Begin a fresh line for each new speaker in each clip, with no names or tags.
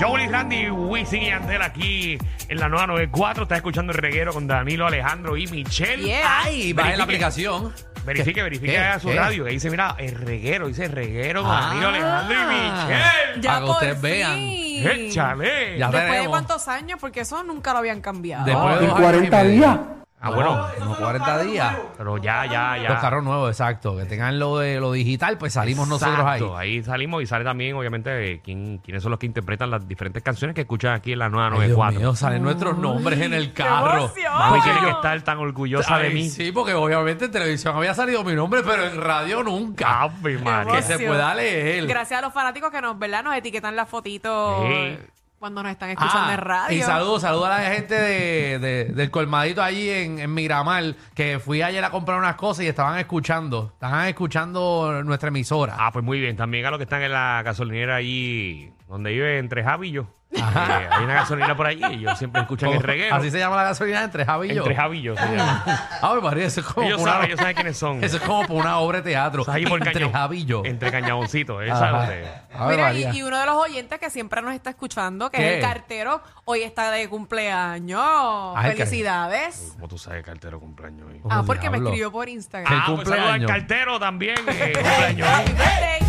Raúl y Randy, Wisin y Andel aquí en la nueva 94. Estás escuchando el reguero con Danilo, Alejandro y Michelle.
Yeah.
Ay, baje la aplicación.
Verifique, verifique
¿Qué?
a su
¿Qué?
radio. Que dice, mira, el reguero, dice reguero con
Ah.
Danilo, Alejandro y
Para que ustedes vean.
Michelle. ¡Échale!
Ya
Después de
veremos.
cuántos años, porque eso nunca lo habían cambiado.
Después de
En
dos años y
40
medio.
días.
Ah, bueno.
No, 40 días.
Pero ya, ya, ya.
Los carros nuevos, exacto. Que tengan lo de lo digital, pues salimos nosotros ahí.
Exacto, ahí salimos y sale también, obviamente, eh, quién- quiénes son los que interpretan las diferentes canciones que escuchan aquí en la nueva
Ay, Dios
94.
mío, salen nuestros nombres en el carro.
emoción!
Mami
Ay,
tiene que
yo-
estar tan orgullosa de
Ay,
mí.
Sí, porque obviamente en televisión había salido mi nombre, pero en radio nunca.
Ave María.
que se pueda leer.
Gracias a los fanáticos que nos, ¿verdad? Nos etiquetan las fotitos
Sí.
cuando nos están escuchando
Ah,
en radio.
Y saludos, saludos a la gente de, de- del colmadito allí en, en Miramar, que fui ayer a comprar unas cosas y estaban escuchando, estaban escuchando nuestra emisora.
Ah, pues muy bien. También a los que están en la gasolinera allí, donde vive entre Javi y yo. Eh, hay una gasolinera por allí y ellos siempre escuchan el reguero.
Oh, Así se llama la gasolina entre Javi y yo.
entre Javi y yo. se llama.
Ay, Ah, María, eso es como
ellos
una-
saben, ellos saben quiénes son.
Eso es como por una obra de teatro.
Ahí por
entre
Cañón-
Javi y yo.
Entre cañaboncitos. ellos
Ajá.
saben de-
Ave
Mira, y,
María.
y uno de los oyentes que siempre nos está escuchando, que
¿Qué?
es el cartero, hoy está de cumpleaños.
Ah, el Oh,
Felicidades.
¿Cómo tú sabes, cartero cumpleaños? hoy?
Ah, porque me
Diablo.
escribió por
Que
Instagram.
el
Ah, pues saludos al
cumpleaños.
cartero también. eh, cumpleaños.
Happy birthday.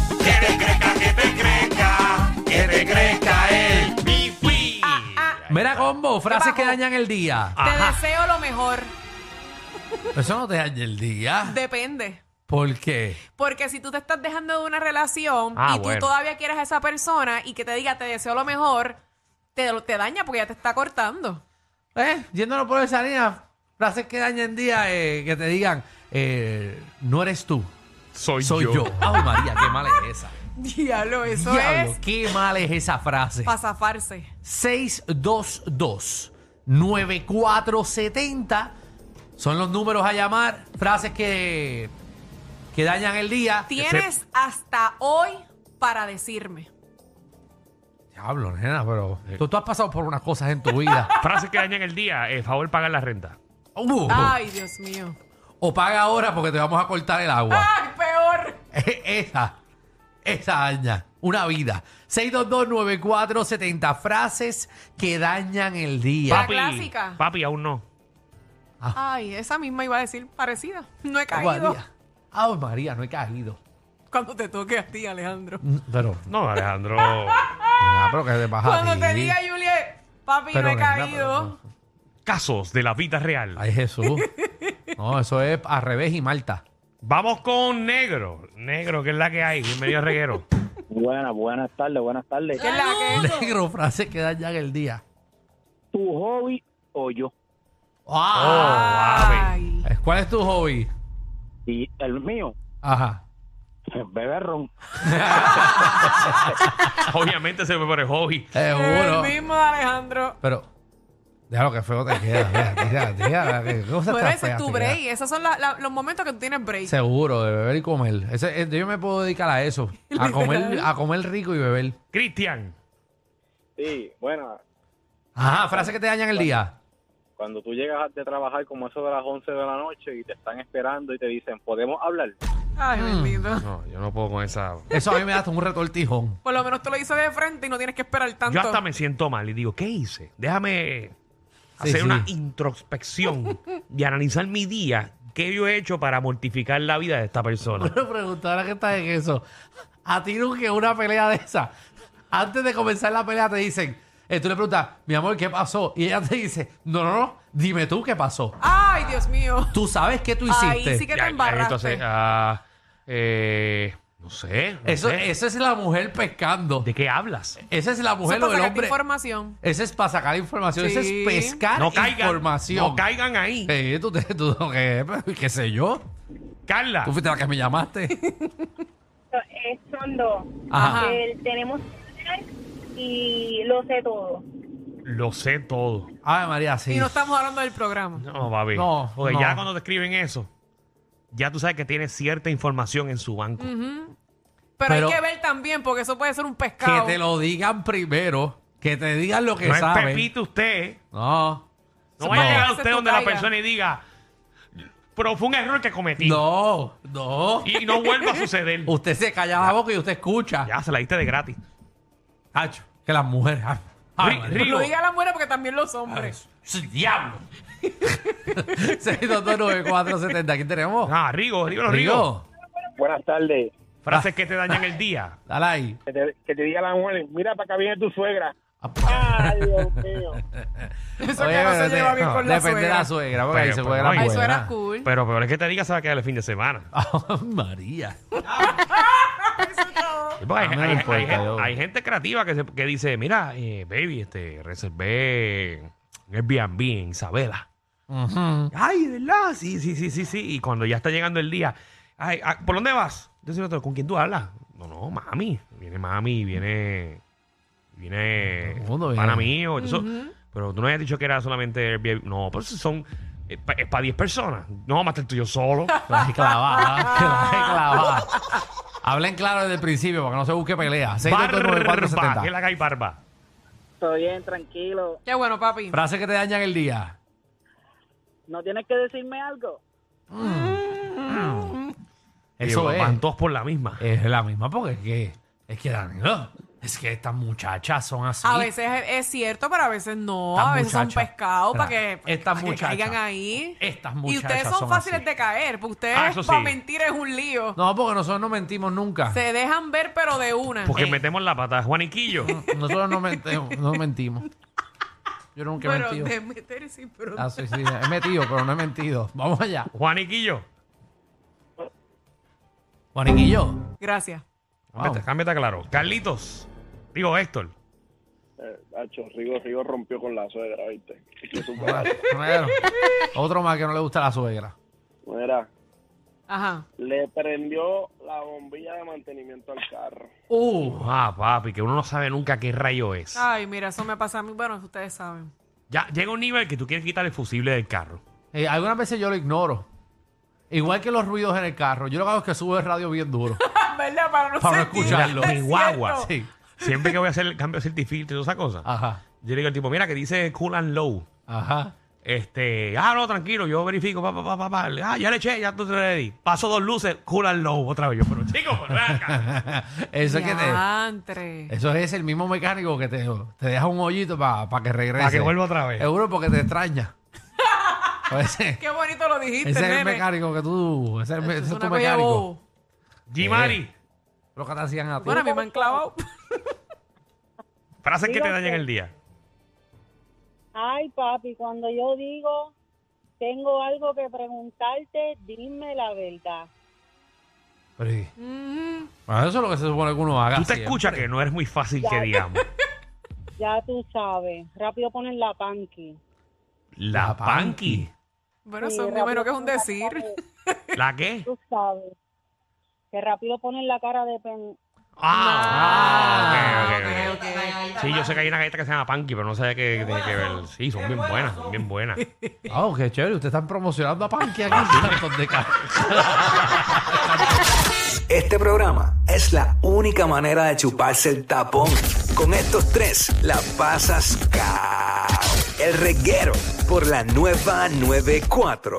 Mira, combo, frases que
bajó?
dañan el día.
Te deseo lo mejor.
Eso no te daña el día.
Depende.
¿Por qué?
Porque si tú te estás dejando de una relación
Ah,
y tú
bueno.
todavía quieres a esa persona y que te diga te deseo lo mejor, te, te daña porque ya te está cortando.
Eh, yéndonos por esa línea, frases que dañan día, eh, que te digan, eh, no eres tú,
Soy,
soy yo. Ay, María, qué mala es esa.
Diablo, eso
Diablo,
es
qué mala es esa frase.
para zafarse.
622-9470 son los números a llamar, frases que, que dañan el día.
Tienes hasta hoy para decirme.
Diablo, nena, pero tú, tú has pasado por unas cosas en tu vida.
Frases que dañan el día. eh, favor, pagar la renta.
Uh,
Ay, Dios mío.
O paga ahora porque te vamos a cortar el agua.
¡Ay, peor!
Esa, esa daña, una vida. 6229470, frases que dañan el día.
Pa- clásica.
Papi, aún no.
Ay, esa misma iba a decir parecida. No he caído.
María. Ay, María, no he caído.
Cuando te toque a ti, Alejandro.
Pero,
No, Alejandro.
nena, pero que te vas a
Cuando te
ti.
diga, Juliet, papi,
Pero,
no he
nena,
caído.
pero no.
Casos de la vida real.
Ay, Jesús. No, eso es al revés y Malta.
Vamos con negro. Negro, que es la que hay. Bienvenido, reguero.
Buenas, buenas tardes, buenas tardes.
¿Qué es la que
Negro, frases que dañan el día.
¿Tu hobby o yo?
Ah.
Oh.
Oh, ave.
Ay.
¿Cuál es tu hobby?
Y el mío,
Ajá.
beber ron.
Obviamente se fue por el hobby.
Seguro.
El mismo de Alejandro.
Pero, déjalo que feo te queda. Mira, tira, tira, qué cosa
Bueno,
tan
ese
fea
es tu
te
break.
queda.
Esos son la- la- los momentos que tú tienes break.
Seguro, de beber y comer. Ese- eh, yo me puedo dedicar a eso. A comer, a comer rico y beber.
Cristian.
Sí, bueno,
Ajá, frase que te dañan el día.
cuando tú llegas de trabajar como eso de las 11 de la noche y te están esperando y te dicen, ¿podemos hablar?
Ay, bendito.
No, yo no puedo con esa.
Eso a mí me da hasta un retortijón.
Por lo menos tú lo dices de frente y no tienes que esperar tanto.
Yo hasta me siento mal y digo, ¿qué hice? Déjame hacer
sí.
una introspección y analizar mi día. ¿Qué yo he hecho para mortificar la vida de esta persona?
Pero preguntar ahora que estás en eso. A ti nunca una pelea de esa. Antes de comenzar la pelea te dicen, eh, tú le preguntas, mi amor, ¿qué pasó? Y ella te dice, no, no, no, dime tú qué pasó.
Ay, Dios mío.
Tú sabes qué tú
Ahí
hiciste.
sí que- te
Ya, ya,
embarraste.
entonces, ah, eh, no sé. no
eso,
sé.
eso es la mujer pescando.
¿De qué hablas?
Esa es la mujer
Eso
o
para
el
sacarte
hombre.
información.
Ese es para sacar información. Ese
Sí.
es pescar
No caigan.
Ah, información.
No caigan ahí.
Eh, tú, te- tú- ¿qué, qué sé yo?
Carla.
Tú fuiste la que me llamaste.
Eh, son dos.
Ajá.
El eh, tenemos que hablar y lo sé todo.
Lo sé todo.
Ay, María, sí.
Y no estamos hablando del programa.
No, papi.
No,
Porque
no.
ya cuando te escriben eso, ya tú sabes que tienes cierta información en su banco.
Pero,
Pero-
hay que ver también, porque eso puede ser un
Que
pescado.
te lo digan primero. Que te digan lo que
No es
saben.
pepito usted.
No.
No vaya a llegar
No.
usted
Se
donde la
caiga.
persona y diga, pero fue un error que cometí.
No, no.
Y no vuelva a suceder.
Usted se calla la boca y usted escucha.
Ya, se la diste de gratis.
Hacho. que las mujeres. Ay, ay,
Ri-
madre.
Rigo.
Lo diga la mujer porque también los
Ay,
hombres.
¡sí, ¡Diablo! 6229470. ¿Quién tenemos?
Ah, Rigo, Rigo, los Rigo.
Rigo. Ah.
Buenas tardes.
Frases que te dañan el día.
Dale ahí.
Que te, que te diga la mujer, mira para acá viene tu suegra. Ay, Dios mío.
Eso
Oye,
que no se lleva
pero te-
bien
no,
con la
Depende de
suegra.
la suegra, porque
Pero,
ahí se
pero,
puede
ay,
Ay,
Buena.
suena cool.
Pero peor es que te diga se va a quedar el fin de semana.
Ay, María.
Oh.
Porque Hay,
A mí no
hay-
me importa,
hay-
yo-
hay gente creativa que, se- que dice, mira, eh, baby, este, reservé un Airbnb en Isabela.
Ujú.
Ay, ¿verdad? Sí, sí, sí, sí, sí. Y cuando ya está llegando el día, ay, ah, ¿por dónde vas? Yo soy otro, ¿con quién tú hablas? No, no, mami. Viene mami, viene. Viene.
Todo el mundo viene.
Para mío. Eso- Pero tú no habías dicho que era solamente Airbnb. No, pero eso son. eh, Es para 10 personas. No, más el tuyo solo.
La clavada, la clavada. Hablen claro desde el principio para que no se busque pelea.
barba. ¿Qué es
6229470.
la que hay barba?
Todo bien, tranquilo.
Qué bueno, papi.
Frases que te dañan el día.
¿No tienes que decirme algo?
Eso
Digo,
es.
Van todos por la misma.
Es la misma porque es que, es que Danilo, es que estas muchachas son así.
A veces es- es cierto, pero a veces no.
Estas
a veces son
muchachas.
pescados para
Espera,
que,
estas
para que
muchachas.
caigan ahí.
Estas
Y ustedes
muchachas
son,
son
fáciles
así.
de caer, porque ustedes
Ah, eso sí.
para mentir es un lío.
No, porque nosotros no mentimos nunca.
Se dejan ver, pero de una.
Porque
Eh.
metemos la pata. Juaniquillo.
Nosotros no, mente- no mentimos. Yo nunca he
pero
mentido.
de meter sí, pero
Ah, sí, sí, he metido, pero no he mentido. Vamos allá.
Juaniquillo.
Juaniquillo.
Gracias.
Wow.
Cámbiate, cámbiate claro. Carlitos. Digo, Héctor.
Eh, Hacho, Rigo, Rigo rompió con la suegra, ¿viste? Que es un
Bueno, bueno. otro más que no le gusta a la suegra.
Mira,
Ajá.
le prendió la bombilla de mantenimiento al carro.
Uh,
Ah, papi, que uno no sabe nunca qué rayo es.
Ay, mira, eso me pasa a mí. Bueno, ustedes saben.
Ya llega un nivel que tú quieres quitar el fusible del carro.
eh, algunas veces yo lo ignoro. Igual que los ruidos en el carro. Yo lo que hago es que subo el radio bien duro.
¿Verdad? Para no,
Para no
sentir-
escucharlo.
es
Mi guagua,
cierto.
Sí.
Siempre que voy a hacer el cambio de certificado y toda esa cosa,
Ajá.
yo le digo al tipo, mira, que dice cool and low.
Ajá.
Este, ah, no, tranquilo, yo verifico, pa, pa, pa, pa, pa. Ah, ya le eché, ya tú ready. Paso dos luces, cool and low, otra vez. Yo, pero chico, arranca.
Eso es que te,
Diantre.
eso es el mismo mecánico que te, te deja un hoyito para que regrese.
Para que vuelva otra vez.
Seguro porque te extraña. O ese,
Qué bonito lo dijiste,
ese es el
nene.
mecánico que tú. Ese es, el-
Eso
ese es
una
tu
cosa de
mecánico.
bobo.
Gimari,
Lo que te hacían a ti.
Bueno, a mí me han clavado.
frases que te
Digo
dañan
que-
el día.
Ay, papi, cuando yo digo tengo algo que preguntarte, dime la verdad.
Pero sí.
Mm,
Bueno, eso es lo que se supone que uno haga.
Tú te
siempre.
escuchas que no eres muy fácil
Ya.
que digamos.
Ya tú sabes, rápido ponen la panqui.
La,
La
panqui.
Bueno,
Sí,
eso me
rápido
imagino que es un
ponen la
decir.
cara de-
¿La qué?
Tú sabes. Que rápido ponen la cara de... pen-
Ah,
Ah,
ok, ok, ok.
ok, Ah, ok.
Sí, yo sé que hay una galleta que se llama Panky, pero no sé qué tiene que ver. Sí, son bien buenas, son bien buenas.
Oh, qué chévere. Ustedes están promocionando a Panky aquí.
Ah,
Cantos de ca-
Este programa es la única manera de chuparse el tapón. Con estos tres la pasas cao. El reguero por la nueva 94.